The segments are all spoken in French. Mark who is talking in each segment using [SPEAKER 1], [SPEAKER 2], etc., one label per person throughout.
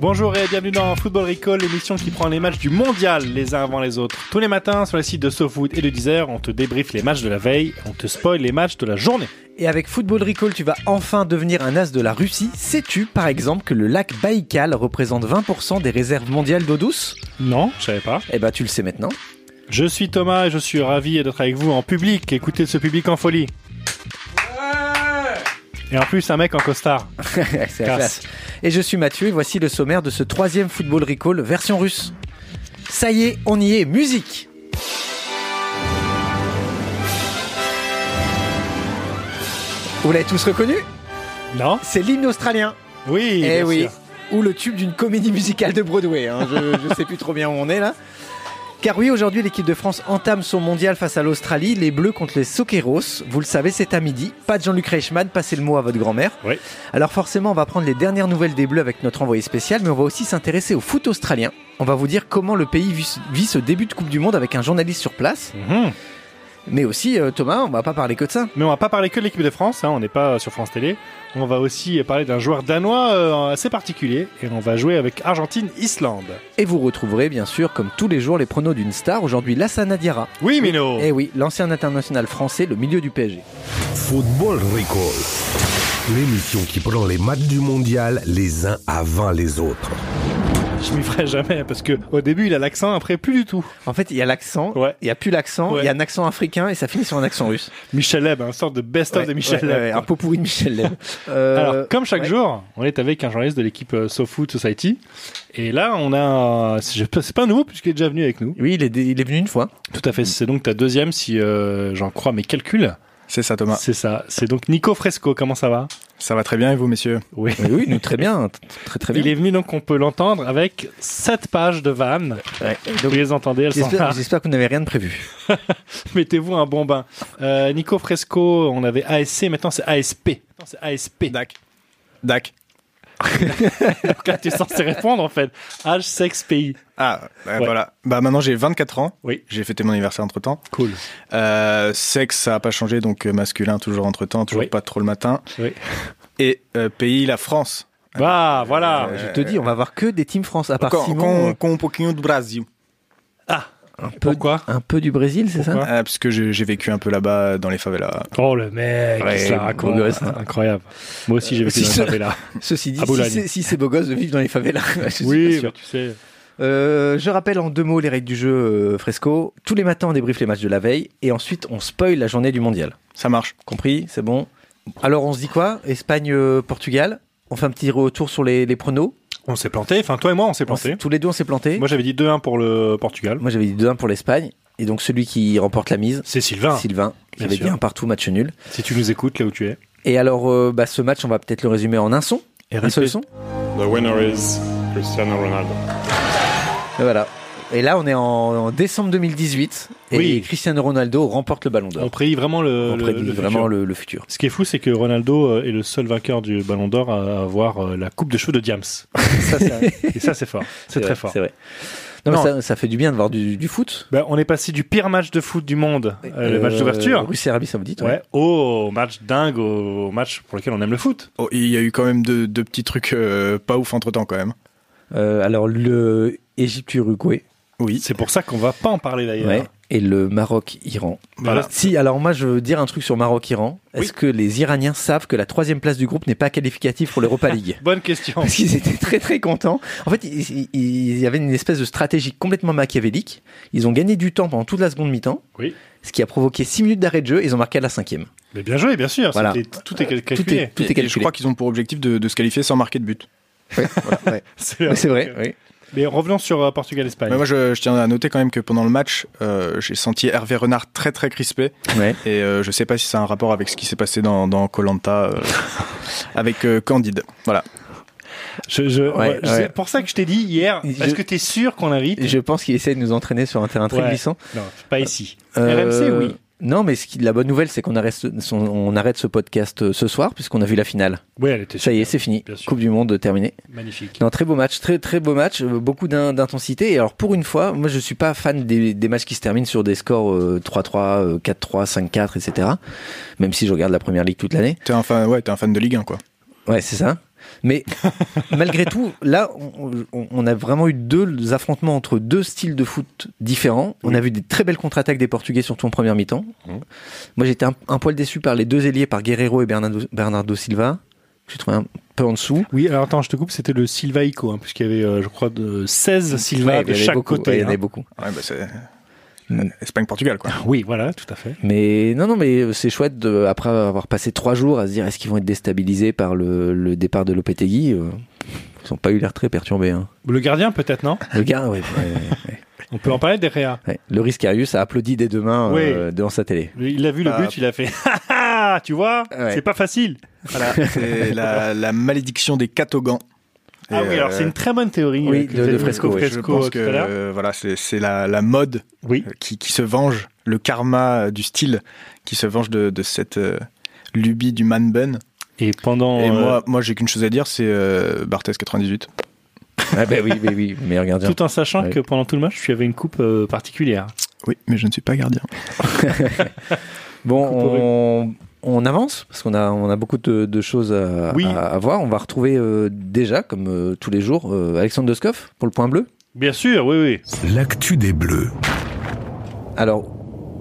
[SPEAKER 1] Bonjour et bienvenue dans Football Recall, l'émission qui prend les matchs du mondial les uns avant les autres. Tous les matins sur les sites de SoFoot et de Deezer, on te débriefe les matchs de la veille, on te spoil les matchs de la journée.
[SPEAKER 2] Et avec Football Recall, tu vas enfin devenir un as de la Russie. Sais-tu, par exemple, que le lac Baïkal représente 20% des réserves mondiales d'eau douce
[SPEAKER 1] Non, je savais pas.
[SPEAKER 2] Eh bah, tu le sais maintenant.
[SPEAKER 1] Je suis Thomas et je suis ravi d'être avec vous en public. Écoutez ce public en folie. et en plus, un mec en costard.
[SPEAKER 2] C'est la
[SPEAKER 1] Classe.
[SPEAKER 2] classe. Et je suis Mathieu et voici le sommaire de ce troisième Football Recall version russe. Ça y est, on y est, musique Vous l'avez tous reconnu
[SPEAKER 1] Non
[SPEAKER 2] C'est l'hymne australien.
[SPEAKER 1] Oui,
[SPEAKER 2] Eh
[SPEAKER 1] bien
[SPEAKER 2] oui.
[SPEAKER 1] sûr.
[SPEAKER 2] Ou le tube d'une comédie musicale de Broadway. hein. Je ne sais plus trop bien où on est là. Car oui, aujourd'hui, l'équipe de France entame son mondial face à l'Australie. Les Bleus contre les Soqueros. Vous le savez, c'est à midi. Pas de Jean-Luc Reichmann, passez le mot à votre grand-mère.
[SPEAKER 1] Oui.
[SPEAKER 2] Alors forcément, on va prendre les dernières nouvelles des Bleus avec notre envoyé spécial, mais on va aussi s'intéresser au foot australien. On va vous dire comment le pays vit ce- vit ce début de Coupe du Monde avec un journaliste sur place.
[SPEAKER 1] Mhm.
[SPEAKER 2] Mais aussi, euh, Thomas, on va pas parler que de ça.
[SPEAKER 1] Mais on va pas parler que de l'équipe de France, hein, on n'est pas sur France Télé. On va aussi parler d'un joueur danois euh, assez particulier et on va jouer avec Argentine-Islande.
[SPEAKER 2] Et vous retrouverez, bien sûr, comme tous les jours, les pronos d'une star. Aujourd'hui, Lassana Diarra.
[SPEAKER 1] Oui, Mino
[SPEAKER 2] Eh oui, l'ancien international français, le milieu du PSG.
[SPEAKER 3] Football Recall. L'émission qui prend les matchs du mondial les uns avant les autres.
[SPEAKER 1] Je m'y ferai jamais parce que au début il a l'accent, après plus du tout.
[SPEAKER 2] En fait, il y a l'accent,
[SPEAKER 1] Ouais.
[SPEAKER 2] il y a plus l'accent, il
[SPEAKER 1] Ouais.
[SPEAKER 2] y a un accent africain et ça finit sur un accent russe.
[SPEAKER 1] Michel Leb, un sorte de best-of
[SPEAKER 2] Ouais,
[SPEAKER 1] de Michel
[SPEAKER 2] ouais,
[SPEAKER 1] Leb.
[SPEAKER 2] ouais, un pot pourri de Michel Leb. Euh,
[SPEAKER 1] Alors, comme chaque
[SPEAKER 2] ouais.
[SPEAKER 1] jour, on est avec un journaliste de l'équipe euh, SoFood Society. Et là, on a. un- C'est c'est pas un nouveau puisqu'il est déjà venu avec nous.
[SPEAKER 2] Oui, il est, dé- il est venu une fois.
[SPEAKER 1] Tout à fait. C'est donc ta deuxième, si euh, j'en crois mes calculs.
[SPEAKER 4] C'est ça, Thomas.
[SPEAKER 1] C'est ça. C'est donc Nico Fresco. Comment ça va
[SPEAKER 4] Ça va très bien, et vous, messieurs
[SPEAKER 1] Oui.
[SPEAKER 2] Oui, oui, nous, très bien, t- très très bien.
[SPEAKER 1] Il est venu donc, on peut l'entendre, avec 7 pages de vannes.
[SPEAKER 2] Ouais.
[SPEAKER 1] Vous
[SPEAKER 2] Donc,
[SPEAKER 1] les entendez, elles sont là.
[SPEAKER 2] J'espère, j'espère que vous n'avez rien de prévu.
[SPEAKER 1] Mettez-vous un bon bain. Euh, Nico Fresco, on avait ASC, maintenant c'est ASP. Maintenant c'est ASP.
[SPEAKER 4] Dac. Dac.
[SPEAKER 1] Donc là, tu es censé répondre en fait. Âge, sexe, pays.
[SPEAKER 4] Ah, euh,
[SPEAKER 1] Ouais.
[SPEAKER 4] voilà. Bah, maintenant, j'ai 24 ans.
[SPEAKER 1] Oui.
[SPEAKER 4] J'ai fêté mon anniversaire entre temps.
[SPEAKER 1] Cool.
[SPEAKER 4] Euh, sexe, ça n'a pas changé, donc euh, masculin, toujours entre temps, toujours
[SPEAKER 1] Oui.
[SPEAKER 4] pas trop le matin.
[SPEAKER 1] Oui.
[SPEAKER 4] Et euh, pays, la France.
[SPEAKER 1] Bah voilà.
[SPEAKER 4] Euh,
[SPEAKER 2] Je te dis, on va avoir que des teams France, à part
[SPEAKER 4] Con,
[SPEAKER 2] Simon,
[SPEAKER 4] con, con un pouquinho de Brasil.
[SPEAKER 2] un peu,
[SPEAKER 1] Pourquoi
[SPEAKER 2] un peu du Brésil, c'est ça
[SPEAKER 1] Pourquoi
[SPEAKER 4] Ah, parce que j'ai j'ai vécu un peu là-bas, euh, dans les favelas.
[SPEAKER 1] Oh le mec,
[SPEAKER 2] Ouais,
[SPEAKER 1] il se la raconte.
[SPEAKER 2] beau gosse, hein.
[SPEAKER 1] Incroyable. Moi aussi j'ai vécu
[SPEAKER 2] Si
[SPEAKER 1] dans
[SPEAKER 2] ce-
[SPEAKER 1] cette là.
[SPEAKER 2] Ceci dit,
[SPEAKER 1] À Boulogne.
[SPEAKER 2] si c'est, si c'est beau gosse de vivre dans les favelas, je suis pas
[SPEAKER 1] Oui,
[SPEAKER 2] sûr.
[SPEAKER 1] bah, tu sais.
[SPEAKER 2] Euh, je rappelle en deux mots les règles du jeu euh, Fresco. Tous les matins, on débriefe les matchs de la veille et ensuite, on spoil la journée du mondial.
[SPEAKER 4] Ça marche.
[SPEAKER 2] Compris C'est bon Alors, on se dit quoi Espagne-Portugal On fait un petit retour sur les, les pronos
[SPEAKER 1] On s'est planté. Enfin toi et moi on s'est
[SPEAKER 2] On
[SPEAKER 1] planté.
[SPEAKER 2] s- Tous les deux, on s'est plantés.
[SPEAKER 1] Moi j'avais dit 2-1 pour le Portugal.
[SPEAKER 2] Moi, j'avais dit 2-1 pour l'Espagne. Et donc, celui qui remporte la mise,
[SPEAKER 1] C'est Sylvain.
[SPEAKER 2] Sylvain, qui
[SPEAKER 1] Ah, bien
[SPEAKER 2] avait
[SPEAKER 1] sûr.
[SPEAKER 2] dit un partout match nul.
[SPEAKER 1] Si tu nous écoutes là où tu es.
[SPEAKER 2] Et alors, euh, bah, ce match, on va peut-être le résumer en un son. un seul son
[SPEAKER 5] The winner is Cristiano Ronaldo.
[SPEAKER 2] Et Voilà. Et là, on est en, en décembre 2018. Et
[SPEAKER 1] Oui.
[SPEAKER 2] Cristiano Ronaldo remporte le ballon d'or.
[SPEAKER 1] On prédit vraiment le.
[SPEAKER 2] On
[SPEAKER 1] le-
[SPEAKER 2] prédit
[SPEAKER 1] le futur.
[SPEAKER 2] vraiment le- le futur.
[SPEAKER 1] Ce qui est fou, c'est que Ronaldo euh, est le seul vainqueur du Ballon d'Or à avoir euh, la coupe de cheveux de Diams. ça, c'est- et ça, c'est fort. C'est très
[SPEAKER 2] vrai,
[SPEAKER 1] fort.
[SPEAKER 2] C'est vrai. Non,
[SPEAKER 1] Non.
[SPEAKER 2] mais Ça, ça fait du bien de voir du, du foot.
[SPEAKER 1] Bah, on est passé du pire match de foot du monde, euh, le match d'ouverture,
[SPEAKER 2] Russie-Arabie Saoudite.
[SPEAKER 1] ouais, au match dingue, au match pour lequel on aime le foot.
[SPEAKER 4] Oh, Il y a eu quand même deux, deux petits trucs euh, pas ouf entre temps, quand même.
[SPEAKER 2] Euh, alors, le Égypte-Uruguay.
[SPEAKER 4] Oui.
[SPEAKER 1] C'est pour ça qu'on va pas en parler d'ailleurs.
[SPEAKER 2] Ouais. Et le Maroc-Iran.
[SPEAKER 1] Voilà.
[SPEAKER 2] Si, alors moi je veux dire un truc sur Maroc-Iran. Est-ce
[SPEAKER 1] Oui.
[SPEAKER 2] que les Iraniens savent que la troisième place du groupe n'est pas qualificative pour l'Europa League
[SPEAKER 1] Bonne question.
[SPEAKER 2] Parce qu'ils étaient très très contents. En fait, ils- ils- il y avait une espèce de stratégie complètement machiavélique. Ils ont gagné du temps pendant toute la seconde mi-temps.
[SPEAKER 1] Oui.
[SPEAKER 2] Ce qui a provoqué 6 minutes d'arrêt de jeu. et Ils ont marqué à la cinquième.
[SPEAKER 1] Mais bien joué, bien sûr.
[SPEAKER 2] Voilà.
[SPEAKER 1] C'était- Tout est cal-
[SPEAKER 2] Tout est,
[SPEAKER 1] calculé.
[SPEAKER 2] tout est
[SPEAKER 4] Et- et je
[SPEAKER 2] calculé.
[SPEAKER 4] crois qu'ils ont pour objectif de, de se qualifier sans marquer de but.
[SPEAKER 1] C'est euh,
[SPEAKER 2] Mais C'est vrai. oui.
[SPEAKER 1] Mais revenons sur euh, Portugal-Espagne.
[SPEAKER 4] Mais moi, je, je tiens à noter quand même que pendant le match, euh, j'ai senti Hervé Renard très très crispé.
[SPEAKER 2] Ouais.
[SPEAKER 4] Et euh, je sais pas si ça a un rapport avec ce qui s'est passé dans dans Colanta avec euh, Candide. Voilà.
[SPEAKER 1] Je- je- ouais, je-
[SPEAKER 2] ouais.
[SPEAKER 1] C'est pour ça que je t'ai dit hier.
[SPEAKER 2] Je-
[SPEAKER 1] Est-ce que t'es sûr qu'on invite
[SPEAKER 2] Je pense qu'il essaie de nous entraîner sur un terrain très
[SPEAKER 1] Ouais.
[SPEAKER 2] glissant.
[SPEAKER 1] Non, pas ici.
[SPEAKER 2] Euh,
[SPEAKER 1] RMC, oui.
[SPEAKER 2] Non, mais ce qui- la bonne nouvelle, c'est qu'on arrête, ce- son- on arrête ce podcast euh, ce soir, puisqu'on a vu la finale.
[SPEAKER 1] Oui, elle était
[SPEAKER 2] Ça y est,
[SPEAKER 1] super.
[SPEAKER 2] c'est fini.
[SPEAKER 1] Bien sûr.
[SPEAKER 2] Coupe du Monde terminée.
[SPEAKER 1] Magnifique.
[SPEAKER 2] Non, très beau match, très très beau match, euh, beaucoup d'in- d'intensité. Et alors pour une fois, moi je suis pas fan des, des matchs qui se terminent sur des scores euh, 3-3, euh, 4-3, 5-4, etc. Même si je regarde la première ligue toute l'année.
[SPEAKER 4] T'es un fan, ouais, t'es un fan de Ligue 1, quoi.
[SPEAKER 2] Ouais, c'est ça. Mais malgré tout, là, on, on- on a vraiment eu deux affrontements entre deux styles de foot différents. On a vu des très belles contre-attaques des Portugais, surtout en première mi-temps. Moi, j'étais un, un poil déçu par les deux ailiers, par Guerrero et Bernardo, Bernardo Silva. que J'ai trouvé un peu en dessous.
[SPEAKER 1] Oui, alors attends, je te coupe, c'était le Silvaïco, hein, puisqu'il y avait, euh, je crois, de 16 Silva
[SPEAKER 2] Ouais, il y
[SPEAKER 1] de
[SPEAKER 2] en avait
[SPEAKER 1] chaque
[SPEAKER 2] beaucoup,
[SPEAKER 1] côté.
[SPEAKER 2] ouais, il y en
[SPEAKER 1] hein.
[SPEAKER 2] avait beaucoup.
[SPEAKER 4] Ouais, bah, c'est.
[SPEAKER 2] Mm.
[SPEAKER 4] Espagne-Portugal, quoi.
[SPEAKER 1] Oui, voilà, tout à fait.
[SPEAKER 2] Mais non, non, mais euh, c'est chouette de, après avoir passé trois jours à se dire est-ce qu'ils vont être déstabilisés par le, le départ de Lopetegui euh, Ils n'ont pas eu l'air très perturbés. hein.
[SPEAKER 1] Le gardien, peut-être, non
[SPEAKER 2] Le gars, ouais, ouais, ouais, ouais.
[SPEAKER 1] On peut en parler derrière.
[SPEAKER 2] Ouais. Le Riscarius a applaudi dès demain euh, devant sa télé.
[SPEAKER 1] Il a vu le
[SPEAKER 4] Ah.
[SPEAKER 1] but, il a fait Ah, ah, tu vois,
[SPEAKER 2] Ouais.
[SPEAKER 1] c'est pas facile.
[SPEAKER 4] Voilà, c'est la, la malédiction des catogans.
[SPEAKER 1] Ah
[SPEAKER 4] Et,
[SPEAKER 1] oui, alors
[SPEAKER 4] euh,
[SPEAKER 1] c'est une très bonne théorie
[SPEAKER 2] oui,
[SPEAKER 1] euh, que
[SPEAKER 2] de-
[SPEAKER 1] vous avez
[SPEAKER 2] de
[SPEAKER 1] dit,
[SPEAKER 2] Fresco, ouais,
[SPEAKER 4] Je pense que
[SPEAKER 1] tout à l'heure.
[SPEAKER 4] euh, voilà, c'est c'est la, la mode
[SPEAKER 1] Oui.
[SPEAKER 4] euh, qui, qui se venge, le karma euh, du style qui se venge de, de cette euh, lubie du man bun.
[SPEAKER 1] Et pendant
[SPEAKER 4] Et
[SPEAKER 1] euh,
[SPEAKER 4] moi, moi j'ai qu'une chose à dire, c'est euh, Barthez 98.
[SPEAKER 2] Ah ben oui, oui, oui, meilleur gardien.
[SPEAKER 1] euh, tout en sachant
[SPEAKER 2] Ouais.
[SPEAKER 1] que pendant tout le match, tu avais une coupe euh, particulière.
[SPEAKER 4] Oui, mais je ne suis pas gardien.
[SPEAKER 2] Bon,
[SPEAKER 1] Coupe au
[SPEAKER 2] on, on avance parce qu'on a, on a beaucoup de, de choses à,
[SPEAKER 1] Oui.
[SPEAKER 2] à- à voir. On va retrouver euh, déjà, comme euh, tous les jours, euh, Alexandre Doscoff pour le point bleu.
[SPEAKER 1] Bien sûr, oui, oui.
[SPEAKER 3] L'actu des Bleus.
[SPEAKER 2] Alors,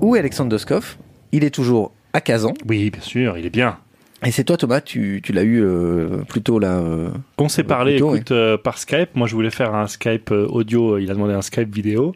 [SPEAKER 2] où est Alexandre Doscoff Il est toujours à Kazan.
[SPEAKER 1] Oui, bien sûr, il est bien.
[SPEAKER 2] Et c'est toi, Thomas, tu, tu l'as eu euh, plus tôt là. euh,
[SPEAKER 1] On s'est
[SPEAKER 2] Euh,
[SPEAKER 1] parlé,
[SPEAKER 2] plutôt,
[SPEAKER 1] écoute, euh, par Skype. Moi, je voulais faire un Skype euh, audio. euh, Il a demandé un Skype vidéo.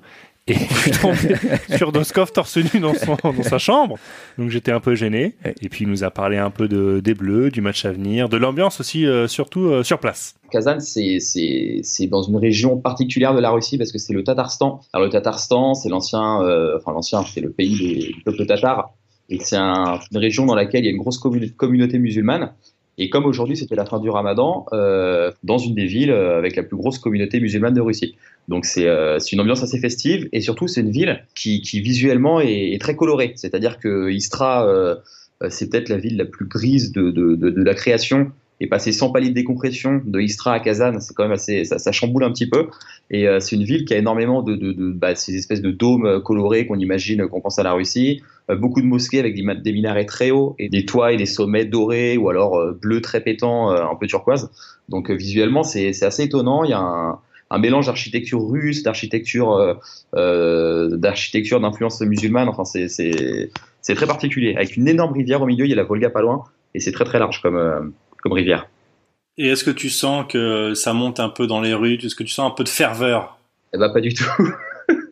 [SPEAKER 1] Et je suis tombé sur Doskov torse nu dans, son, dans sa chambre. Donc j'étais un peu gêné.
[SPEAKER 2] Ouais.
[SPEAKER 1] Et puis il nous a parlé un peu de, des Bleus, du match à venir, de l'ambiance aussi, euh, surtout euh, sur place.
[SPEAKER 6] Kazan, c'est- c'est c'est dans une région particulière de la Russie parce que c'est le Tatarstan. Alors le Tatarstan, c'est l'ancien, euh, enfin l'ancien, c'est le pays des- du peuple tatar, et c'est un- une région dans laquelle il y a une grosse commun- communauté musulmane. Et comme aujourd'hui c'était la fin du Ramadan, euh, dans une des villes euh, avec la plus grosse communauté musulmane de Russie. Donc c'est euh, c'est une ambiance assez festive et surtout c'est une ville qui, qui visuellement est, est très colorée. C'est-à-dire que Istra, euh, euh, c'est peut-être la ville la plus grise de, de, de, de la création et passer sans palier de décompression de Istra à Kazan, c'est quand même assez, ça, ça chamboule un petit peu. Et euh, c'est une ville qui a énormément de, de, de- bah, ces espèces de dômes euh, colorés qu'on imagine euh, qu'on pense à la Russie, Euh, beaucoup de mosquées avec des, ma- des minarets très hauts et des toits et des sommets dorés ou alors euh, bleus très pétants, euh, un peu turquoise. Donc euh, visuellement, c'est c'est assez étonnant. Il y a un, un mélange d'architecture russe, d'architecture, euh, euh, d'architecture d'influence musulmane. Enfin, c'est c'est- c'est très particulier. Avec une énorme rivière au milieu, il y a la Volga pas loin et c'est très très large comme, euh, comme rivière.
[SPEAKER 7] Et est-ce que tu sens que ça monte un peu dans les rues Est-ce que tu sens un peu de ferveur
[SPEAKER 6] Eh ben, pas du tout.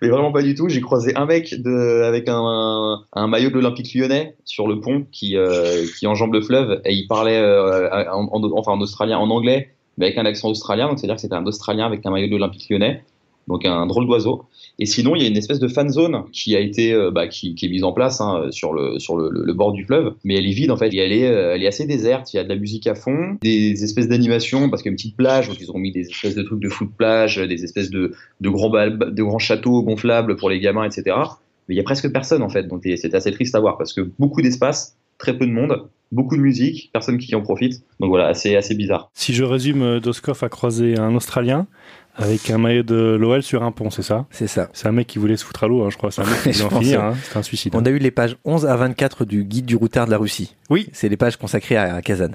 [SPEAKER 6] Mais vraiment pas du tout. J'ai croisé un mec de, avec un, un maillot de l'Olympique lyonnais sur le pont qui, euh, qui enjambe le fleuve et il parlait euh, en, en- enfin, en australien, en anglais, mais avec un accent australien. Donc c'est-à-dire que c'était un australien avec un maillot de l'Olympique lyonnais. Donc un drôle d'oiseau. Et sinon, il y a une espèce de fan zone qui a été, euh, bah, qui, qui est mise en place hein, sur le sur le, le- le bord du fleuve, mais elle est vide en fait. Et elle est, euh, elle est assez déserte. Il y a de la musique à fond, des espèces d'animations parce qu'il y a une petite plage donc ils ont mis des espèces de trucs de foot plage, des espèces de de grands bal- de grands châteaux gonflables pour les gamins, etc. Mais il y a presque personne en fait, donc et c'est assez triste à voir parce que beaucoup d'espace, très peu de monde, beaucoup de musique, personne qui en profite. Donc voilà, c'est assez bizarre.
[SPEAKER 1] Si je résume, euh, Doskov a croisé un Australien avec un maillot de l'OL sur un pont, c'est ça
[SPEAKER 2] c'est ça.
[SPEAKER 1] C'est un mec qui voulait se foutre à l'eau, hein, je crois. C'est un mec qui
[SPEAKER 2] Je
[SPEAKER 1] voulait en
[SPEAKER 2] pense,
[SPEAKER 1] finir.
[SPEAKER 2] ouais.
[SPEAKER 1] hein. C'est un suicide.
[SPEAKER 2] On a eu les pages 11 à 24 du guide du routard de la Russie.
[SPEAKER 1] Oui.
[SPEAKER 2] C'est les pages consacrées à, à Kazan.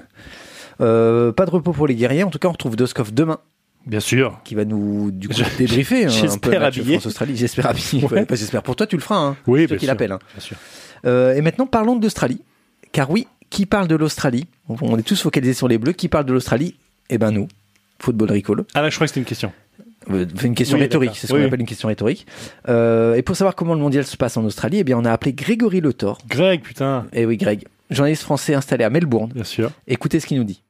[SPEAKER 2] Euh, pas de repos pour les guerriers. En tout cas, on retrouve Doskov demain,
[SPEAKER 1] Bien sûr.
[SPEAKER 2] qui va nous du coup,
[SPEAKER 1] Je-
[SPEAKER 2] débriefer. hein, un peu
[SPEAKER 1] j'espère
[SPEAKER 2] le match
[SPEAKER 1] habillé.
[SPEAKER 2] France-Australie. J'espère habillé.
[SPEAKER 1] Ouais.
[SPEAKER 2] Ouais, pas j'espère pour toi, tu le feras. Hein.
[SPEAKER 1] Oui,
[SPEAKER 2] C'est toi
[SPEAKER 1] bien
[SPEAKER 2] qui
[SPEAKER 1] sûr.
[SPEAKER 2] l'appelle. hein.
[SPEAKER 1] Bien sûr.
[SPEAKER 2] Euh, et maintenant, parlons d'Australie. Car oui, qui parle de l'Australie on, on est tous focalisés sur les Bleus. Qui parle de l'Australie Eh ben nous, football ricolo.
[SPEAKER 1] Ah là, je crois que c'était une question.
[SPEAKER 2] Euh, Une question
[SPEAKER 1] Oui,
[SPEAKER 2] rhétorique,
[SPEAKER 1] d'accord.
[SPEAKER 2] c'est ce qu'on
[SPEAKER 1] Oui.
[SPEAKER 2] appelle une question rhétorique. Euh, et pour savoir comment le mondial se passe en Australie, eh bien, on a appelé Grégory Le Thor.
[SPEAKER 1] Greg, putain.
[SPEAKER 2] Eh oui, Greg, journaliste français installé à Melbourne.
[SPEAKER 1] Bien sûr.
[SPEAKER 2] Écoutez ce qu'il nous dit.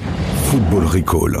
[SPEAKER 3] Football Recall.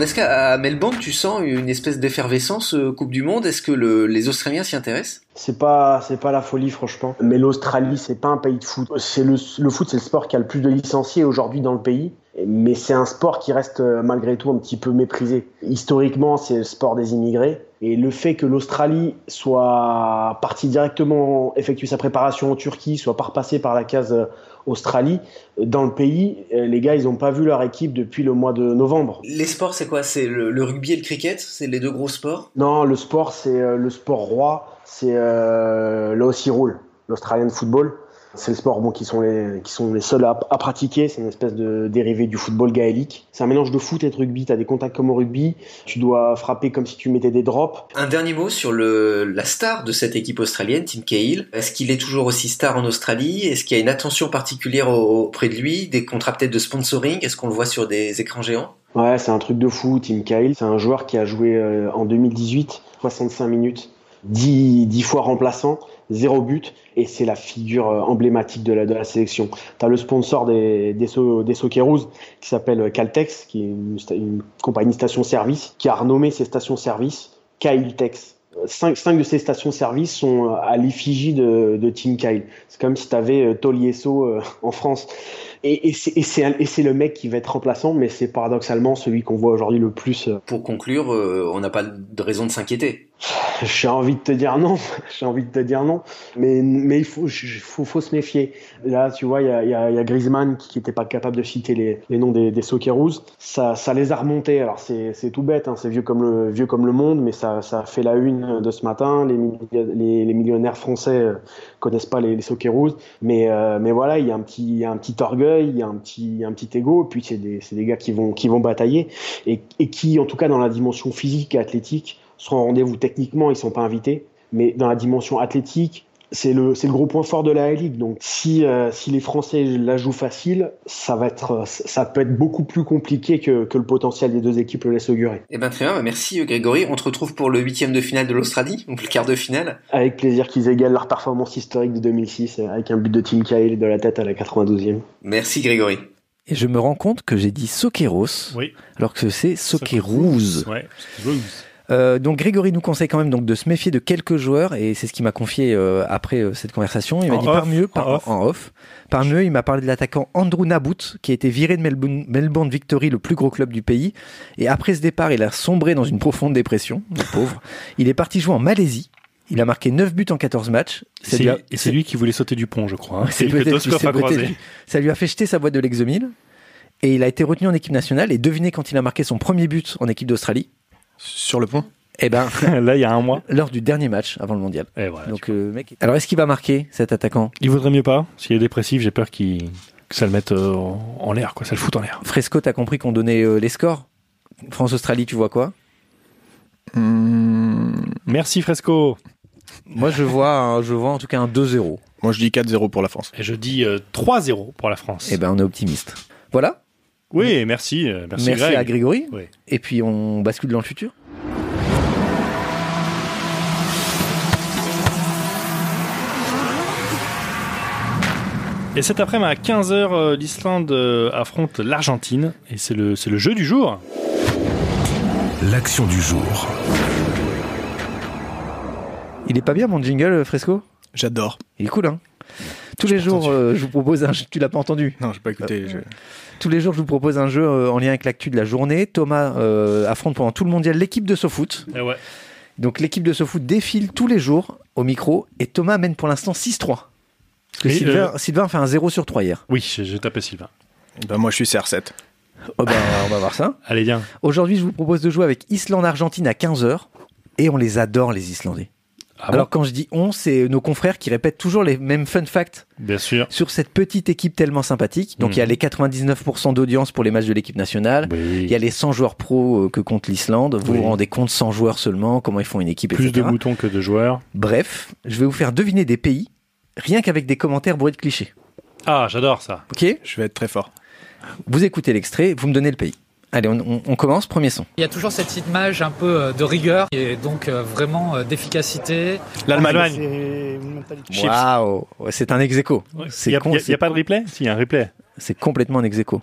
[SPEAKER 8] Est-ce qu'à Melbourne, tu sens une espèce d'effervescence euh, Coupe du Monde Est-ce que le- les Australiens s'y intéressent
[SPEAKER 9] C'est pas, c'est pas la folie, franchement. Mais l'Australie, c'est pas un pays de foot. C'est le, le foot, c'est le sport qui a le plus de licenciés aujourd'hui dans le pays. Mais c'est un sport qui reste euh, malgré tout un petit peu méprisé. Historiquement, c'est le sport des immigrés. Et le fait que l'Australie soit partie directement effectuer sa préparation en Turquie, soit pas repassée par la case euh, Australie, euh, dans le pays, euh, les gars, ils n'ont pas vu leur équipe depuis le mois de novembre.
[SPEAKER 8] Les sports, c'est quoi C'est le, le rugby et le cricket C'est les deux gros sports
[SPEAKER 9] Non, le sport, c'est euh, le sport roi, c'est euh, le Aussie Rule, l'Australian Football. C'est le sport bon, qui, sont les, qui sont les seuls à, à pratiquer, c'est une espèce de dérivé du football gaélique. C'est un mélange de foot et de rugby, tu as des contacts comme au rugby, tu dois frapper comme si tu mettais des drops.
[SPEAKER 8] Un dernier mot sur le, la star de cette équipe australienne, Tim Cahill. Est-ce qu'il est toujours aussi star en Australie Est-ce qu'il y a une attention particulière au- auprès de lui Des contrats peut-être de sponsoring Est-ce qu'on le voit sur des écrans géants
[SPEAKER 9] Ouais, c'est un truc de fou, Tim Cahill. C'est un joueur qui a joué euh, en 2018 65 minutes, 10, 10 fois remplaçant, 0 but, et c'est la figure euh, emblématique de la, de la sélection. T'as le sponsor des, des, So- des Socceroos qui s'appelle euh, Caltex, qui est une, sta- une compagnie station-service, qui a renommé ses stations-service Cahill-Tex. Cinq, cinq de ces stations-service sont euh, à l'effigie de, de Tim Cahill. C'est comme si t'avais avais Tolieso euh, en France. Et, et c'est- et c'est un- et c'est le mec qui va être remplaçant, mais c'est paradoxalement celui qu'on voit aujourd'hui le plus. euh.
[SPEAKER 8] Pour conclure, euh, on n'a pas de raison de s'inquiéter.
[SPEAKER 9] J'ai envie de te dire non, j'ai envie de te dire non, mais, mais il faut, je- faut, faut se méfier. Là, tu vois, il y a, il y a- il y a Griezmann qui n'était pas capable de citer les, les noms des, des Socceroos. Ça, ça les a remontés. Alors, c'est c'est tout bête, hein, c'est vieux, comme le- vieux comme le monde, mais ça, ça fait la une de ce matin. Les, million- les, les millionnaires français euh, connaissent pas les, les Socceroos, mais, euh, mais voilà, il y, a un petit, il y a un petit orgueil, il y a un petit, il y a un petit ego, et puis c'est des, c'est des gars qui vont, qui vont batailler et, et qui, en tout cas, dans la dimension physique et athlétique, seront au rendez-vous techniquement, ils sont pas invités, mais dans la dimension athlétique, c'est le, c'est le gros point fort de la Ligue. Donc, si, euh, si les Français la jouent facile, ça, va être, ça peut être beaucoup plus compliqué que, que le potentiel des deux équipes le laisse augurer.
[SPEAKER 8] Eh ben très bien, bah merci euh, Grégory. On te retrouve pour le huitième de finale de l'Australie, donc le quart de finale.
[SPEAKER 9] Avec plaisir qu'ils égalent leur performance historique de 2006 euh, avec un but de Tim Cahill de la tête à la 92e.
[SPEAKER 8] Merci Grégory.
[SPEAKER 2] Et je me rends compte que j'ai dit Soqueros, alors que c'est Soquerouz. Euh, donc Grégory nous conseille quand même donc de se méfier de quelques joueurs et c'est ce qu'il m'a confié euh, après euh, cette conversation. Il m'a
[SPEAKER 1] En
[SPEAKER 2] dit
[SPEAKER 1] off,
[SPEAKER 2] parmi eux, par,
[SPEAKER 1] en off.
[SPEAKER 2] en off, parmi eux, il m'a parlé de l'attaquant Andrew Nabout qui a été viré de Melbourne, Melbourne Victory, le plus gros club du pays. Et après ce départ, il a sombré dans une profonde dépression, le pauvre. Il est parti jouer en Malaisie. Il a marqué 9 buts en 14 matchs.
[SPEAKER 1] C'est
[SPEAKER 2] lui a-
[SPEAKER 1] lui, et c'est lui qui voulait sauter du pont, je crois. hein.
[SPEAKER 2] Ouais,
[SPEAKER 1] C'est lui que
[SPEAKER 2] peut-être-
[SPEAKER 1] Toskov
[SPEAKER 2] c'est
[SPEAKER 1] a
[SPEAKER 2] peut-être
[SPEAKER 1] croisé.
[SPEAKER 2] lui. Ça lui a fait jeter sa boîte de l'exomile. Et il a été retenu en équipe nationale. Et devinez quand il a marqué son premier but en équipe d'Australie Sur le pont Eh ben.
[SPEAKER 1] Là, il y a un mois.
[SPEAKER 2] Lors du dernier match avant le mondial.
[SPEAKER 1] Donc,
[SPEAKER 2] euh, mec. Alors, est-ce qu'il va marquer cet attaquant
[SPEAKER 1] Il vaudrait mieux pas. S'il est dépressif, j'ai peur qu'il, que ça le mette euh, en en l'air, quoi. Ça le fout en l'air.
[SPEAKER 2] Fresco, t'as compris qu'on donnait euh, les scores France-Australie, tu vois quoi
[SPEAKER 4] Mmh.
[SPEAKER 1] Merci Fresco.
[SPEAKER 2] Moi, je vois, un- je vois en tout cas un 2-0.
[SPEAKER 4] Moi, je dis 4-0 pour la France.
[SPEAKER 1] Et je dis euh, 3-0 pour la France.
[SPEAKER 2] Eh ben, on est optimiste. Voilà.
[SPEAKER 1] Oui, merci. euh, Merci,
[SPEAKER 2] Merci,
[SPEAKER 1] Greg.
[SPEAKER 2] à Grégory.
[SPEAKER 1] Oui.
[SPEAKER 2] Et puis, on bascule dans le futur.
[SPEAKER 1] Et cet après-midi à 15h, l'Islande euh, affronte l'Argentine. Et c'est le, c'est le jeu du jour.
[SPEAKER 3] L'action du jour.
[SPEAKER 2] Il est pas bien mon jingle, euh, Fresco J'adore. Il est cool, hein Tous les jours, euh, je vous propose un jeu. Tu l'as pas entendu
[SPEAKER 4] Non, j'ai pas écouté. je-
[SPEAKER 2] Tous les jours, je vous propose un jeu euh, en lien avec l'actu de la journée. Thomas euh, affronte pendant tout le mondial l'équipe de SoFoot.
[SPEAKER 1] Eh ouais.
[SPEAKER 2] Donc l'équipe de SoFoot défile tous les jours au micro et Thomas mène pour l'instant 6-3. Parce que
[SPEAKER 1] Et,
[SPEAKER 2] Sylvain,
[SPEAKER 1] euh,
[SPEAKER 2] Sylvain a fait un 0 sur 3 hier.
[SPEAKER 1] Oui, j'ai j'ai tapé Sylvain.
[SPEAKER 4] Ben, moi, je suis CR7.
[SPEAKER 2] Oh ben, on va voir ça.
[SPEAKER 1] Allez, viens.
[SPEAKER 2] Aujourd'hui, je vous propose de jouer avec Islande-Argentine à 15h. Et on les adore, les Islandais.
[SPEAKER 1] Ah bon
[SPEAKER 2] Alors quand je dis on, c'est nos confrères qui répètent toujours les mêmes fun facts
[SPEAKER 1] Bien sûr.
[SPEAKER 2] sur cette petite équipe tellement sympathique. Donc il y a
[SPEAKER 1] Mhm.
[SPEAKER 2] les 99% d'audience pour les matchs de l'équipe nationale. Il y a les 100 joueurs pro euh, que compte l'Islande. Vous
[SPEAKER 1] Oui.
[SPEAKER 2] vous rendez compte 100 joueurs seulement, comment ils font une équipe,
[SPEAKER 1] Plus de
[SPEAKER 2] etc.
[SPEAKER 1] boutons que de joueurs.
[SPEAKER 2] Bref, je vais vous faire deviner des pays rien qu'avec des commentaires bourrés de clichés.
[SPEAKER 1] Ah, j'adore ça.
[SPEAKER 2] Ok
[SPEAKER 4] Je vais être très fort.
[SPEAKER 2] Vous écoutez l'extrait, vous me donnez le pays. Allez, on, on- on commence. Premier son.
[SPEAKER 10] Il y a toujours cette image un peu euh, de rigueur et donc euh, vraiment euh, d'efficacité. Chips.
[SPEAKER 2] Waouh C'est un ex aequo.
[SPEAKER 1] Il n'y a, y a- y a pas de replay Si, il y a un replay.
[SPEAKER 2] C'est complètement un ex aequo.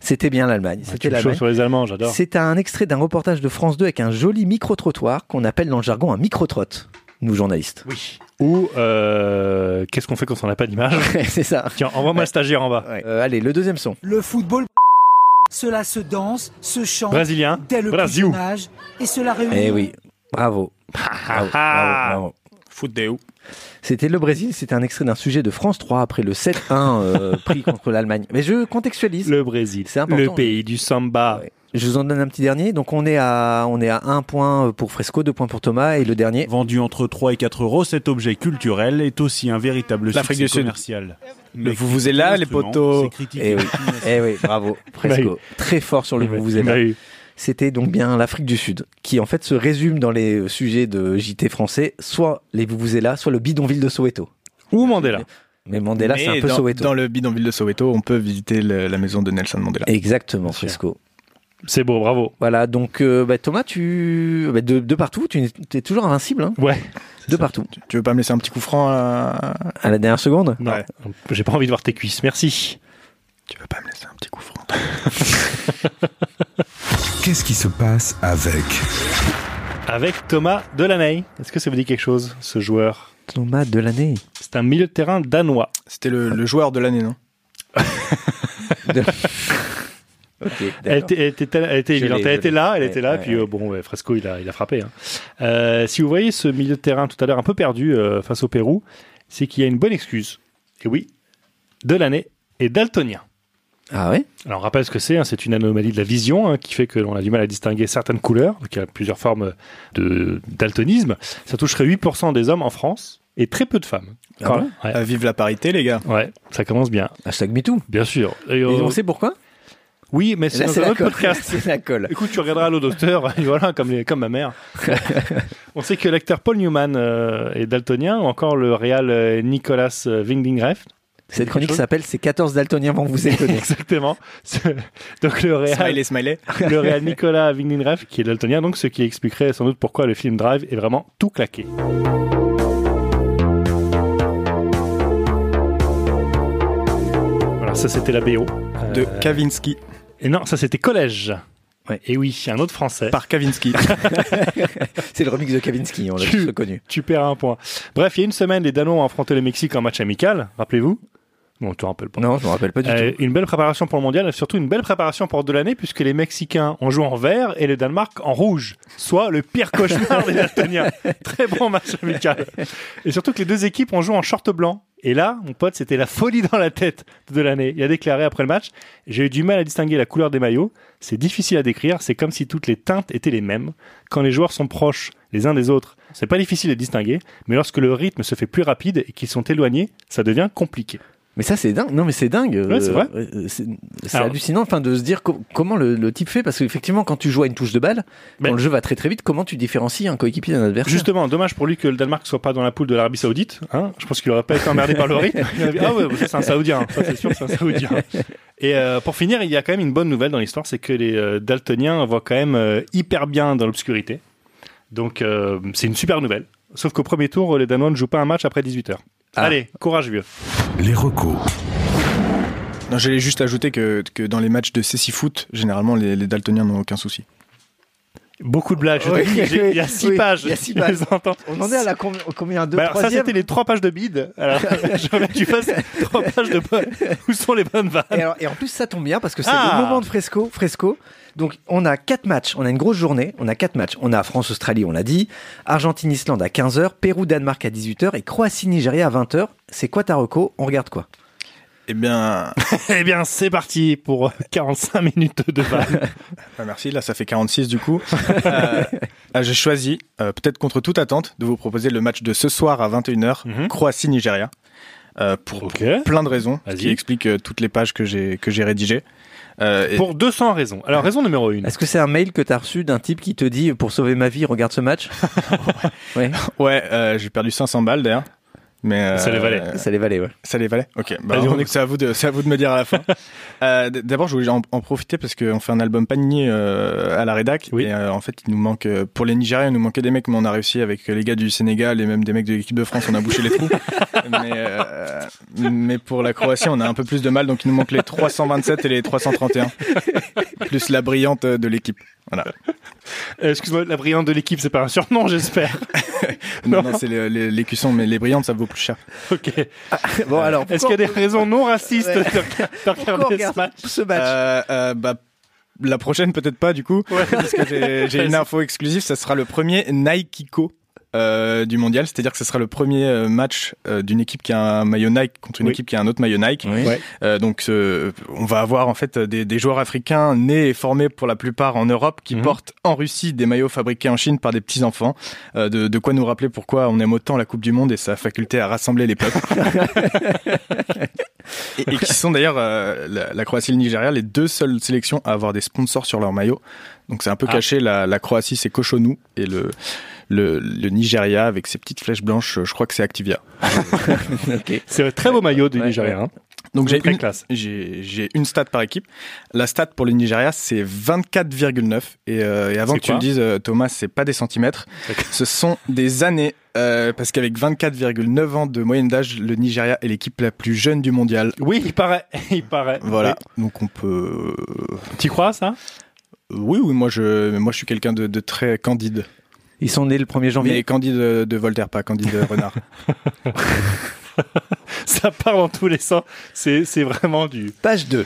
[SPEAKER 2] C'était bien l'Allemagne. C'était
[SPEAKER 1] Ah, tu me chauffes
[SPEAKER 2] l'Allemagne.
[SPEAKER 1] sur les Allemands, j'adore.
[SPEAKER 2] C'est un extrait d'un reportage de France 2 avec un joli micro-trottoir qu'on appelle dans le jargon un micro-trotte, nous journalistes.
[SPEAKER 1] Oui. Ou euh, qu'est-ce qu'on fait quand on n'a pas d'image
[SPEAKER 2] C'est ça.
[SPEAKER 1] Tiens, envoie-moi un stagiaire en bas.
[SPEAKER 2] Euh, allez, le deuxième son.
[SPEAKER 11] Le football, cela se danse, se chante
[SPEAKER 1] Brésilien.
[SPEAKER 11] dès le plus
[SPEAKER 1] Brasil.
[SPEAKER 11] jeune âge, et cela réunit
[SPEAKER 2] Eh oui, Bravo.
[SPEAKER 1] Ah,
[SPEAKER 2] Bravo, bravo,
[SPEAKER 4] Foot des ou.
[SPEAKER 2] C'était le Brésil, c'était un extrait d'un sujet de France 3 après le 7-1 euh, pris contre l'Allemagne. Mais je contextualise.
[SPEAKER 1] Le Brésil,
[SPEAKER 2] c'est important.
[SPEAKER 1] le pays du samba.
[SPEAKER 2] Je vous en donne un petit dernier. Donc on est à on est à un point pour Fresco, deux points pour Thomas et le dernier.
[SPEAKER 11] Vendu entre 3 et 4 euros, cet objet culturel est aussi un véritable
[SPEAKER 4] L'Afrique
[SPEAKER 11] succès
[SPEAKER 4] du Sud.
[SPEAKER 11] commercial.
[SPEAKER 4] Le vous vous êtes là, les
[SPEAKER 11] Instrument,
[SPEAKER 4] poteaux.
[SPEAKER 11] c'est critiqué.
[SPEAKER 2] Eh oui, eh oui, bravo
[SPEAKER 11] Il m'a eu.
[SPEAKER 2] Fresco, très fort sur le
[SPEAKER 11] Il m'a-
[SPEAKER 2] vous vous êtes
[SPEAKER 11] il m'a
[SPEAKER 2] là.
[SPEAKER 11] eu.
[SPEAKER 2] C'était donc bien l'Afrique du Sud qui en fait se résume dans les euh, sujets de JT français, soit les vous vous êtes là, soit le bidonville de Soweto.
[SPEAKER 1] Ou Mandela.
[SPEAKER 2] Mais Mandela, c'est
[SPEAKER 4] Mais
[SPEAKER 2] un peu
[SPEAKER 4] dans,
[SPEAKER 2] Soweto.
[SPEAKER 4] Dans le bidonville de Soweto, on peut visiter le- la maison de Nelson Mandela.
[SPEAKER 2] Exactement, Fresco.
[SPEAKER 1] C'est beau, bravo.
[SPEAKER 2] Voilà, donc euh, bah, Thomas, tu bah, de, de partout, tu es toujours invincible. Hein
[SPEAKER 1] ouais.
[SPEAKER 2] De partout.
[SPEAKER 4] Tu veux pas me laisser un petit coup franc euh, à,
[SPEAKER 2] à la dernière seconde
[SPEAKER 1] Non, j'ai pas envie de voir tes cuisses. Merci.
[SPEAKER 3] Qu'est-ce qui se passe avec
[SPEAKER 1] Avec Thomas Delaney. Est-ce que ça vous dit quelque chose, ce joueur
[SPEAKER 2] Thomas Delaney.
[SPEAKER 1] C'est un milieu de terrain danois.
[SPEAKER 4] C'était le, le joueur de l'année, non
[SPEAKER 1] Elle était, elle était tel- elle était
[SPEAKER 4] Je
[SPEAKER 1] évidente.
[SPEAKER 4] l'ai,
[SPEAKER 1] Elle
[SPEAKER 4] je
[SPEAKER 1] était
[SPEAKER 4] l'ai.
[SPEAKER 1] là, elle
[SPEAKER 4] Ouais,
[SPEAKER 1] était là.
[SPEAKER 4] ouais,
[SPEAKER 1] puis euh, bon, ouais, Fresco, il a, il a frappé. hein. Euh, si vous voyez ce milieu de terrain tout à l'heure un peu perdu euh, face au Pérou, c'est qu'il y a une bonne excuse. Et oui, de l'année et daltonien.
[SPEAKER 2] Ah ouais
[SPEAKER 1] Alors on rappelle ce que c'est, hein, c'est une anomalie de la vision hein, qui fait que l'on a du mal à distinguer certaines couleurs, donc il y a plusieurs formes de daltonisme. Ça toucherait 8% des hommes en France et très peu de femmes.
[SPEAKER 4] Ah bon Ah, vive la parité les gars.
[SPEAKER 1] Ouais, ça commence bien.
[SPEAKER 2] Hashtag MeToo.
[SPEAKER 1] Bien sûr.
[SPEAKER 2] Et
[SPEAKER 1] euh,
[SPEAKER 2] on sait pourquoi
[SPEAKER 1] Oui, mais c'est
[SPEAKER 2] Là,
[SPEAKER 1] dans
[SPEAKER 2] c'est
[SPEAKER 1] un
[SPEAKER 2] la
[SPEAKER 1] autre
[SPEAKER 2] colle.
[SPEAKER 1] podcast.
[SPEAKER 2] C'est la colle.
[SPEAKER 1] Écoute, tu regarderas l'eau d'auteur, et voilà, comme, les- comme ma mère. On sait que l'acteur Paul Newman euh, est daltonien, ou encore le réal euh, Nicolas euh, Winding
[SPEAKER 2] Cette chronique s'appelle C'est 14 daltoniens vont vous étonner.
[SPEAKER 1] Exactement. Ce- Donc le réal,
[SPEAKER 4] Smiley, smiley.
[SPEAKER 1] le réal Nicolas Winding qui est daltonien, donc ce qui expliquerait sans doute pourquoi le film Drive est vraiment tout claqué. Voilà, ça c'était la BO.
[SPEAKER 4] De
[SPEAKER 1] Kavinsky. Et non, ça c'était Collège. Et oui, un autre français.
[SPEAKER 4] Par Kavinsky.
[SPEAKER 2] c'est le remix de Kavinsky, on l'a
[SPEAKER 1] Tu-
[SPEAKER 2] tous reconnu.
[SPEAKER 1] Tu perds un point. Bref, il y a une semaine, les Danois ont affronté le Mexique en match amical, rappelez-vous. Non, tu te rappelles pas.
[SPEAKER 2] Non, je me rappelle pas du
[SPEAKER 1] Euh,
[SPEAKER 2] tout.
[SPEAKER 1] Une belle préparation pour le mondial, et surtout une belle préparation pour de l'année, puisque les Mexicains ont joué en vert et le Danemark en rouge, soit le pire cauchemar des Daltoniens. Très bon match amical. Et surtout que les deux équipes ont joué en short blanc. Et là, mon pote, c'était la folie dans la tête de l'année. Il a déclaré après le match J'ai eu du mal à distinguer la couleur des maillots. C'est difficile à décrire. C'est comme si toutes les teintes étaient les mêmes. Quand les joueurs sont proches les uns des autres, c'est pas difficile à distinguer. Mais lorsque le rythme se fait plus rapide et qu'ils sont éloignés, ça devient compliqué.
[SPEAKER 2] Mais ça, c'est dingue. Non, mais c'est dingue.
[SPEAKER 1] Ouais, c'est
[SPEAKER 2] Euh,
[SPEAKER 1] vrai.
[SPEAKER 2] euh, C'est c'est
[SPEAKER 1] Alors-
[SPEAKER 2] hallucinant enfin, de se dire co- comment le, le type fait, parce qu'effectivement, quand tu joues à une touche de balle, quand le jeu va très très vite, comment tu différencies un coéquipier d'un adversaire
[SPEAKER 1] Justement, dommage pour lui que le Danemark soit pas dans la poule de l'Arabie Saoudite. Hein Je pense qu'il aurait pas été emmerdé par le rythme. Il aurait dit, Ah ouais, ça, c'est un Saoudien. Ça, c'est sûr, c'est un Saoudien. Et euh, pour finir, il y a quand même une bonne nouvelle dans l'histoire, c'est que les euh, Daltoniens voient quand même euh, hyper bien dans l'obscurité. Donc euh, c'est une super nouvelle. Sauf qu'au premier tour, les Danois ne jouent pas un match après 18h.
[SPEAKER 2] Ah.
[SPEAKER 1] Allez, courage vieux.
[SPEAKER 3] les recos
[SPEAKER 4] Non, j'allais juste ajouter que, que dans les matchs de cécifoot Foot, généralement les, les daltoniens n'ont aucun souci.
[SPEAKER 1] Beaucoup de blagues. je te
[SPEAKER 2] Oui,
[SPEAKER 1] dis, j'ai- il y a six
[SPEAKER 2] oui,
[SPEAKER 1] pages.
[SPEAKER 2] il y a six
[SPEAKER 1] Je
[SPEAKER 2] pages.
[SPEAKER 1] les entends.
[SPEAKER 2] On en est à la com- combien de
[SPEAKER 1] Bah alors, ça,
[SPEAKER 2] troisième
[SPEAKER 1] c'était les trois pages de bide. Alors, j'aimerais que tu fasses trois pages de bonnes. Où sont les bonnes vannes
[SPEAKER 2] Et, alors- et en plus, ça tombe bien parce que c'est
[SPEAKER 1] Ah.
[SPEAKER 2] le moment de Fresco. Fresco. Donc, on a quatre matchs. On a une grosse journée. On a quatre matchs. On a France-Australie, on l'a dit. Argentine-Islande à 15h. Pérou-Danemark à 18h. Et Croatie-Nigeria à 20h. C'est quoi ta reco On regarde quoi
[SPEAKER 4] Eh bien.
[SPEAKER 1] eh bien, c'est parti pour 45 minutes de vanne.
[SPEAKER 4] Ah, merci, là ça fait 46 du coup. Euh, ah, J'ai choisi, euh, peut-être contre toute attente, de vous proposer le match de ce soir à 21h,
[SPEAKER 2] Mhm.
[SPEAKER 4] Croatie-Nigéria, euh, pour, pour plein de raisons, ce qui explique euh, toutes les pages que j'ai que j'ai rédigées. Euh, et-
[SPEAKER 1] Pour 200 raisons. Alors, raison numéro 1.
[SPEAKER 2] Est-ce que c'est un mail que t'as reçu d'un type qui te dit pour sauver ma vie, regarde ce match Ouais.
[SPEAKER 4] Ouais, euh, j'ai perdu 500 balles d'ailleurs. Mais euh,
[SPEAKER 2] Ça les valait. Ça les valait, ouais.
[SPEAKER 4] Ça les valait. Ok. bah,
[SPEAKER 2] Vas-y, on
[SPEAKER 4] c'est à vous de, c'est à vous de me dire à la fin. Euh, d- D'abord, je voulais en, en profiter parce qu'on fait un album Panini euh, à la rédac. Et euh, en fait, il nous manque euh, pour les Nigériens, il nous manquait des mecs, mais on a réussi avec euh, les gars du Sénégal et même des mecs de l'équipe de France, on a bouché les trous. mais, euh, mais pour la Croatie, on a un peu plus de mal, donc il nous manque les 327 et les 331, plus la brillante euh, de l'équipe. Voilà.
[SPEAKER 1] Euh, Excuse-moi, la brillante de l'équipe, c'est pas un surnom, j'espère.
[SPEAKER 4] Non, non, c'est les, les, les cuissons, mais les brillantes, ça vaut plus cher.
[SPEAKER 1] Ok.
[SPEAKER 2] bon, alors.
[SPEAKER 1] Est-ce qu'il y a des raisons non racistes
[SPEAKER 4] Ouais.
[SPEAKER 2] Ah,
[SPEAKER 1] Euh, de- de regarder ce match
[SPEAKER 2] match
[SPEAKER 4] Euh, bah, la prochaine peut-être pas du coup, parce que j'ai- j'ai une info exclusive, ça sera le premier Nike-Co. euh, du mondial, c'est-à-dire que ce sera le premier euh, match euh, d'une équipe qui a un maillot Nike contre une
[SPEAKER 11] Oui.
[SPEAKER 4] équipe qui a un autre maillot Nike.
[SPEAKER 11] Ouais.
[SPEAKER 4] Euh, donc euh, on va avoir en fait des, des joueurs africains nés et formés pour la plupart en Europe qui portent en Russie des maillots fabriqués en Chine par des petits enfants. Euh, de, de quoi nous rappeler pourquoi on aime autant la Coupe du Monde et sa faculté à rassembler les peuples. et, et qui sont d'ailleurs euh, la, la Croatie et le Nigeria les deux seules sélections à avoir des sponsors sur leurs maillots. Donc c'est un peu
[SPEAKER 11] Ah.
[SPEAKER 4] caché. La, la Croatie c'est Cochonou et le, le le Nigeria avec ses petites flèches blanches, euh, je crois que c'est Activia.
[SPEAKER 1] C'est un très beau maillot du Nigeria. hein.
[SPEAKER 4] Donc
[SPEAKER 1] C'est
[SPEAKER 4] j'ai
[SPEAKER 1] très
[SPEAKER 4] une,
[SPEAKER 1] classe.
[SPEAKER 4] j'ai j'ai une stat par équipe. La stat pour le Nigeria, c'est 24,9. Et, euh, et avant
[SPEAKER 1] C'est
[SPEAKER 4] que tu le
[SPEAKER 1] quoi
[SPEAKER 4] dises, euh, Thomas, c'est pas des centimètres, ce sont des années. euh, parce qu'avec 24,9 ans de moyenne d'âge, le Nigeria est l'équipe la plus jeune du mondial.
[SPEAKER 1] Oui, il paraît. Il paraît.
[SPEAKER 4] Voilà, donc on peut.
[SPEAKER 1] Tu crois ça
[SPEAKER 4] Oui, oui, moi je, moi je suis quelqu'un de, de très candide.
[SPEAKER 2] Ils sont nés le 1er janvier.
[SPEAKER 4] Mais candide euh, de Voltaire, pas candide euh, renard.
[SPEAKER 1] Ça part dans tous les sens. C'est c'est vraiment du.
[SPEAKER 2] Page 2.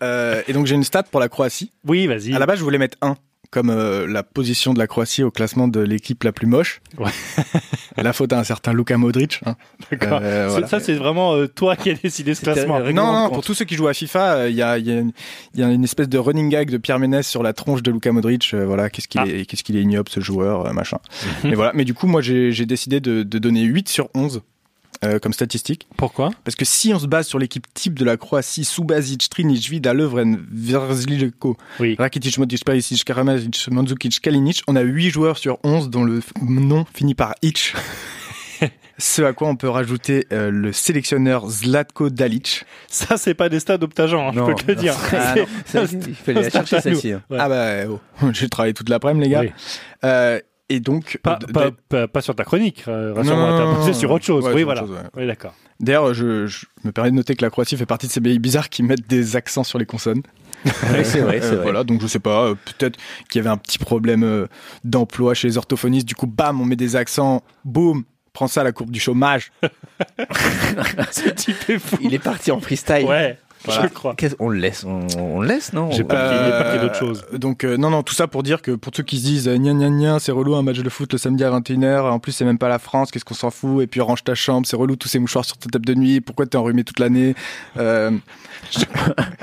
[SPEAKER 4] Euh, et donc j'ai une stat pour la Croatie.
[SPEAKER 1] Oui, vas-y.
[SPEAKER 4] À la base, je voulais mettre 1 comme euh, la position de la Croatie au classement de l'équipe la plus moche. la faute à un certain Luka Modric. hein.
[SPEAKER 1] D'accord.
[SPEAKER 4] Euh,
[SPEAKER 1] C'est-
[SPEAKER 4] voilà.
[SPEAKER 1] Ça, c'est vraiment euh, toi qui as décidé ce classement.
[SPEAKER 4] Non, non, pour tous ceux qui jouent à FIFA, euh, il y, a, il y a une- il y a une espèce de running gag de Pierre Ménès sur la tronche de Luka Modric. euh, voilà, qu'est-ce qu'il
[SPEAKER 1] Ah.
[SPEAKER 4] est, qu'est-ce qu'il est ignoble ce joueur, euh, machin. Mais voilà. Mais du coup, moi, j'ai j'ai décidé de, de donner 8 sur 11 euh, comme statistique.
[SPEAKER 1] Pourquoi
[SPEAKER 4] Parce que si on se base sur l'équipe type de la Croatie, Subasic, Trinic, Vida, Lovren, Verzliljko, Rakitic, Modic, Perisic, Karamasic, Mandzukic, Kalinic, on a 8 joueurs sur 11 dont le f- nom finit par Itch. Ce à quoi on peut rajouter euh, le sélectionneur Zlatko Dalic.
[SPEAKER 1] Ça, c'est pas des stades d'Optajan, hein, je peux te le dire.
[SPEAKER 4] Ah,
[SPEAKER 1] C'est-
[SPEAKER 4] non.
[SPEAKER 1] c'est- c'est un stade à nous. Ouais.
[SPEAKER 4] Ah bah, oh, j'ai travaillé toute l'après-midi, les gars. Euh, et donc.
[SPEAKER 1] Pas,
[SPEAKER 4] d-
[SPEAKER 1] pas-
[SPEAKER 4] d-
[SPEAKER 1] pas- pas sur ta chronique, euh,
[SPEAKER 4] Non,
[SPEAKER 1] rassure-moi,
[SPEAKER 4] non,
[SPEAKER 1] t'as pensé
[SPEAKER 4] non,
[SPEAKER 1] sur autre chose.
[SPEAKER 4] ouais,
[SPEAKER 1] oui,
[SPEAKER 4] sur autre
[SPEAKER 1] voilà.
[SPEAKER 4] chose, ouais.
[SPEAKER 1] Oui, d'accord.
[SPEAKER 4] D'ailleurs, je, je me permets de noter que la Croatie fait partie de ces pays bizarres qui mettent des accents sur les consonnes. Euh,
[SPEAKER 2] Ouais, c'est vrai, c'est vrai.
[SPEAKER 4] Voilà, donc je sais pas, euh, peut-être qu'il y avait un petit problème euh, d'emploi chez les orthophonistes. Du coup, bam, on met des accents, boum, prends ça à la courbe du chômage.
[SPEAKER 2] Ce
[SPEAKER 1] type est fou.
[SPEAKER 2] hein. Il est parti en freestyle.
[SPEAKER 1] Ouais,
[SPEAKER 4] je crois.
[SPEAKER 2] Qu'est-ce- On le laisse, on, on le laisse, non
[SPEAKER 4] J'ai Donc, euh, non, non, tout ça pour dire que pour ceux qui se disent euh, gna gna gna, c'est relou un match de foot le samedi à 21h, en plus c'est même pas la France, qu'est-ce qu'on s'en fout, et puis range ta chambre, c'est relou tous ces mouchoirs sur ta table de nuit, pourquoi t'es enrhumé toute l'année Euh,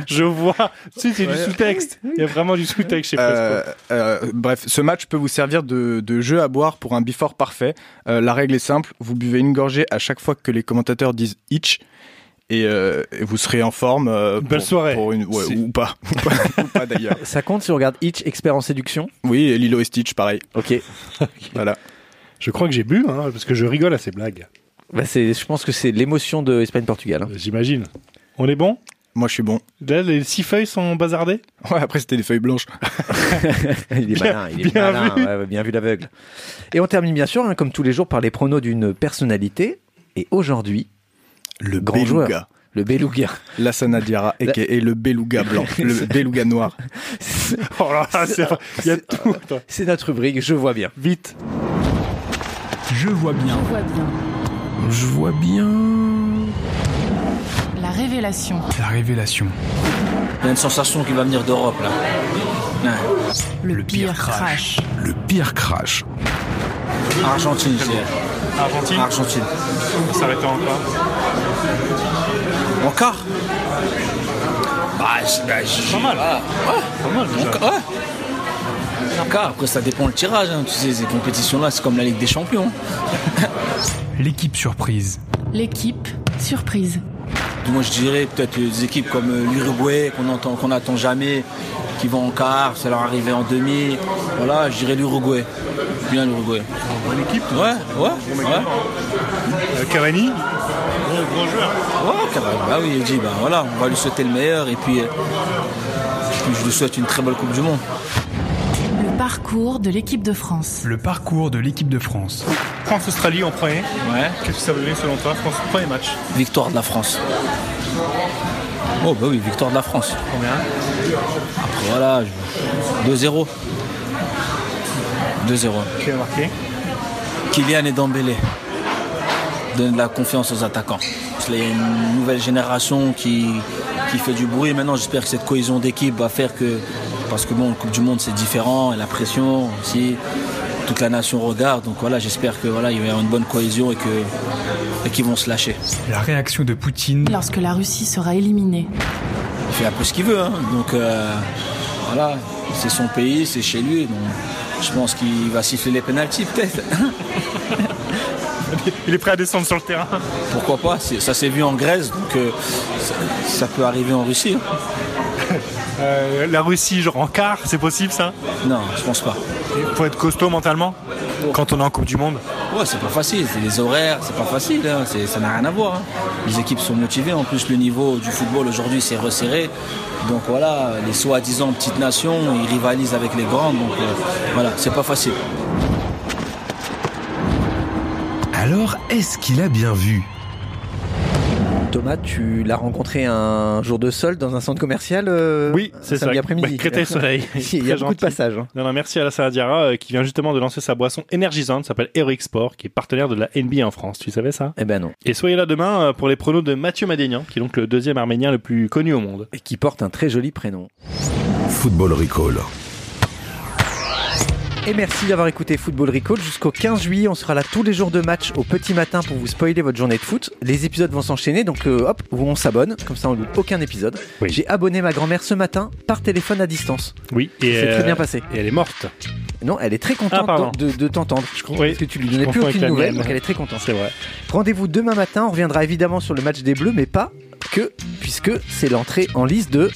[SPEAKER 1] Je vois. Si, c'est du
[SPEAKER 4] Ouais.
[SPEAKER 1] sous-texte. Il y a vraiment du sous-texte chez Prespo.
[SPEAKER 4] Euh, euh, bref, ce match peut vous servir de, de jeu à boire pour un before parfait. Euh, la règle est simple, vous buvez une gorgée à chaque fois que les commentateurs disent itch. Et, euh, et vous serez en forme. euh,
[SPEAKER 2] Belle
[SPEAKER 4] pour-
[SPEAKER 2] soirée.
[SPEAKER 4] pour une- ouais,
[SPEAKER 2] C'est-
[SPEAKER 4] ou pas. Ou pas, ou pas d'ailleurs.
[SPEAKER 2] Ça compte si on regarde Hitch, expert en séduction
[SPEAKER 4] Oui, et Lilo et Stitch, pareil.
[SPEAKER 2] Ok.
[SPEAKER 4] voilà.
[SPEAKER 1] Je crois que j'ai bu, hein, parce que je rigole à ces blagues.
[SPEAKER 2] Bah c'est, je pense que c'est l'émotion de Espagne-Portugal. hein.
[SPEAKER 1] J'imagine. On est bon
[SPEAKER 4] Moi, je suis bon.
[SPEAKER 1] Là, les six feuilles sont bazardées
[SPEAKER 4] Ouais, après, c'était des feuilles blanches.
[SPEAKER 2] il est
[SPEAKER 1] Bien-
[SPEAKER 2] malin, il est
[SPEAKER 1] bien
[SPEAKER 2] malin.
[SPEAKER 1] vu.
[SPEAKER 2] ouais, ouais, bien vu l'aveugle. Et on termine bien sûr, hein, comme tous les jours, par les pronos d'une personnalité. Et aujourd'hui,
[SPEAKER 4] le
[SPEAKER 2] grand
[SPEAKER 4] beluga.
[SPEAKER 2] joueur, le Beluga.
[SPEAKER 4] La Sanadiara, et le beluga blanc, le beluga noir.
[SPEAKER 1] Oh là là, c'est- euh, il y a tout.
[SPEAKER 2] C'est notre rubrique, je vois bien.
[SPEAKER 1] Vite.
[SPEAKER 11] Je vois bien.
[SPEAKER 12] Je vois bien.
[SPEAKER 13] La révélation.
[SPEAKER 12] La révélation. Il y a une sensation qui va venir d'Europe là.
[SPEAKER 13] Le, pire crash.
[SPEAKER 12] Le pire crash. Argentine,
[SPEAKER 1] Argentine
[SPEAKER 12] Argentine.
[SPEAKER 1] On s'arrête encore.
[SPEAKER 12] Encore Bah, je- bah, je-
[SPEAKER 1] Pas mal. Ah.
[SPEAKER 12] Ouais. Encore, ouais. Encore. Après, ça dépend le tirage. hein. Tu sais, ces compétitions-là, c'est comme la Ligue des Champions. L'équipe surprise.
[SPEAKER 13] L'équipe surprise.
[SPEAKER 12] Moi, je dirais peut-être des équipes comme euh, l'Uruguay, qu'on entend, qu'on n'attend jamais, qui vont en quart, ça leur arrivait en demi. Voilà, je dirais l'Uruguay. Bien l'Uruguay. Bonne équipe Ouais, ouais. ouais.
[SPEAKER 1] Euh, Cavani
[SPEAKER 12] Gros joueur. Ouais, Cavani. Ah oui, il dit, ben voilà, on va lui souhaiter le meilleur et puis, euh, puis je lui souhaite une très belle Coupe du Monde.
[SPEAKER 13] Le parcours de l'équipe de France.
[SPEAKER 12] Le parcours de l'équipe de France.
[SPEAKER 1] France-Australie en premier.
[SPEAKER 12] Ouais.
[SPEAKER 1] Qu'est-ce que ça veut dire selon toi France, premier match
[SPEAKER 12] Victoire de la France. Oh bah oui, victoire de la France.
[SPEAKER 1] Combien
[SPEAKER 12] Après voilà, je- 2-0. 2-0.
[SPEAKER 1] Qui a marqué
[SPEAKER 12] Kylian et Dembélé donne de la confiance aux attaquants. Parce qu'il y a une nouvelle génération qui, qui fait du bruit. Maintenant, j'espère que cette cohésion d'équipe va faire que. Parce que bon, Coupe du Monde, c'est différent, et la pression aussi. Toute la nation regarde. Donc voilà, j'espère que voilà, il va y avoir une bonne cohésion et que et qu'ils vont se lâcher.
[SPEAKER 14] La réaction de Poutine.
[SPEAKER 13] Lorsque la Russie sera éliminée,
[SPEAKER 12] Il fait un peu ce qu'il veut. hein. Donc euh, voilà, c'est son pays, c'est chez lui. Donc je pense qu'il va siffler les pénaltys peut-être.
[SPEAKER 1] Il est prêt à descendre sur le terrain.
[SPEAKER 12] Pourquoi pas c'est- Ça s'est vu en Grèce, donc euh, ça, ça peut arriver en Russie. hein.
[SPEAKER 1] Euh, la Russie, genre en quart, c'est possible ça
[SPEAKER 12] Non, je pense pas.
[SPEAKER 1] Faut être costaud mentalement quand on est en Coupe du Monde.
[SPEAKER 12] Ouais, c'est pas facile. C'est les horaires, c'est pas facile. hein. C'est- Ça n'a rien à voir. hein. Les équipes sont motivées. En plus, le niveau du football aujourd'hui, c'est resserré. Donc voilà, les soi-disant petites nations, ils rivalisent avec les grandes. Donc euh, voilà, c'est pas facile.
[SPEAKER 3] Alors, est-ce qu'il a bien vu
[SPEAKER 2] Thomas, tu l'as rencontré un jour de solde dans un centre commercial euh,
[SPEAKER 1] Oui,
[SPEAKER 2] un
[SPEAKER 1] c'est ça.
[SPEAKER 2] samedi après-midi.
[SPEAKER 1] Bah, Créteil Soleil.
[SPEAKER 2] Il y
[SPEAKER 1] Très
[SPEAKER 2] a beaucoup de
[SPEAKER 1] gentil.
[SPEAKER 2] passages. hein.
[SPEAKER 1] Non, non, merci à la Saladiara euh, qui vient justement de lancer sa boisson énergisante, s'appelle Heroic Sport, qui est partenaire de la NBA en France. Tu savais ça
[SPEAKER 2] Eh ben non.
[SPEAKER 1] Et soyez là demain euh, pour les pronos de Mathieu Madénian, qui est donc le deuxième Arménien le plus connu au monde.
[SPEAKER 2] Et qui porte un très joli prénom.
[SPEAKER 3] Football Recall.
[SPEAKER 2] Et merci d'avoir écouté Football Recall. Jusqu'au 15 juillet, on sera là tous les jours de match au petit matin pour vous spoiler votre journée de foot. Les épisodes vont s'enchaîner, donc euh, hop, vous, on s'abonne, comme ça on loupe aucun épisode. J'ai abonné ma grand-mère ce matin par téléphone à distance.
[SPEAKER 1] Oui, et
[SPEAKER 2] c'est
[SPEAKER 1] euh,
[SPEAKER 2] très bien passé.
[SPEAKER 1] Et elle est morte.
[SPEAKER 2] Non, elle est très contente
[SPEAKER 1] Ah, pardon.
[SPEAKER 2] de, de t'entendre. Je comprends parce que tu lui
[SPEAKER 1] je
[SPEAKER 2] donnais plus
[SPEAKER 1] confonds avec
[SPEAKER 2] aucune
[SPEAKER 1] la
[SPEAKER 2] nouvelle,
[SPEAKER 1] mienne.
[SPEAKER 2] donc elle est très contente.
[SPEAKER 1] C'est vrai.
[SPEAKER 2] Rendez-vous demain matin. On reviendra évidemment sur le match des Bleus, mais pas que, puisque c'est l'entrée en lice de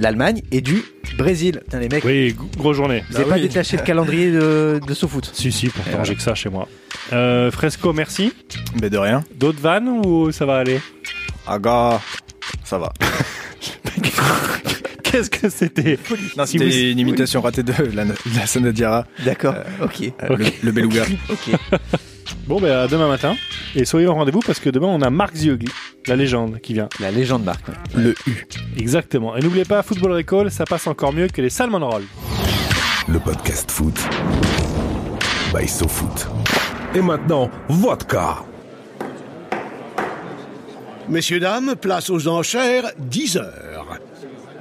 [SPEAKER 2] l'Allemagne et du Brésil. Putain, les mecs.
[SPEAKER 1] Oui, g- grosse journée.
[SPEAKER 2] Vous n'avez
[SPEAKER 1] Bah
[SPEAKER 2] pas
[SPEAKER 1] oui.
[SPEAKER 2] détaché le calendrier de, de SoFoot
[SPEAKER 1] Si, si, pourtant j'ai que ça chez moi. Euh, Fresco, merci. Mais de rien. D'autres vannes ou ça va aller Aga, ça va. Qu'est-ce que c'était
[SPEAKER 4] Non,
[SPEAKER 1] Si
[SPEAKER 4] c'était
[SPEAKER 1] vous-
[SPEAKER 4] une imitation ratée de la, de la Sanadiara.
[SPEAKER 2] D'accord, ok.
[SPEAKER 4] Le, le beluga.
[SPEAKER 1] Bon, ben à demain matin. Et soyez au rendez-vous parce que demain, on a Marc Ziogli, la légende, qui vient.
[SPEAKER 2] La légende Marc.
[SPEAKER 1] Le U. Exactement. Et n'oubliez pas, Football Recall, ça passe encore mieux que les Salmon Roll.
[SPEAKER 3] Le podcast foot by SoFoot. Et maintenant, vodka.
[SPEAKER 15] Messieurs, dames, place aux enchères, 10 heures.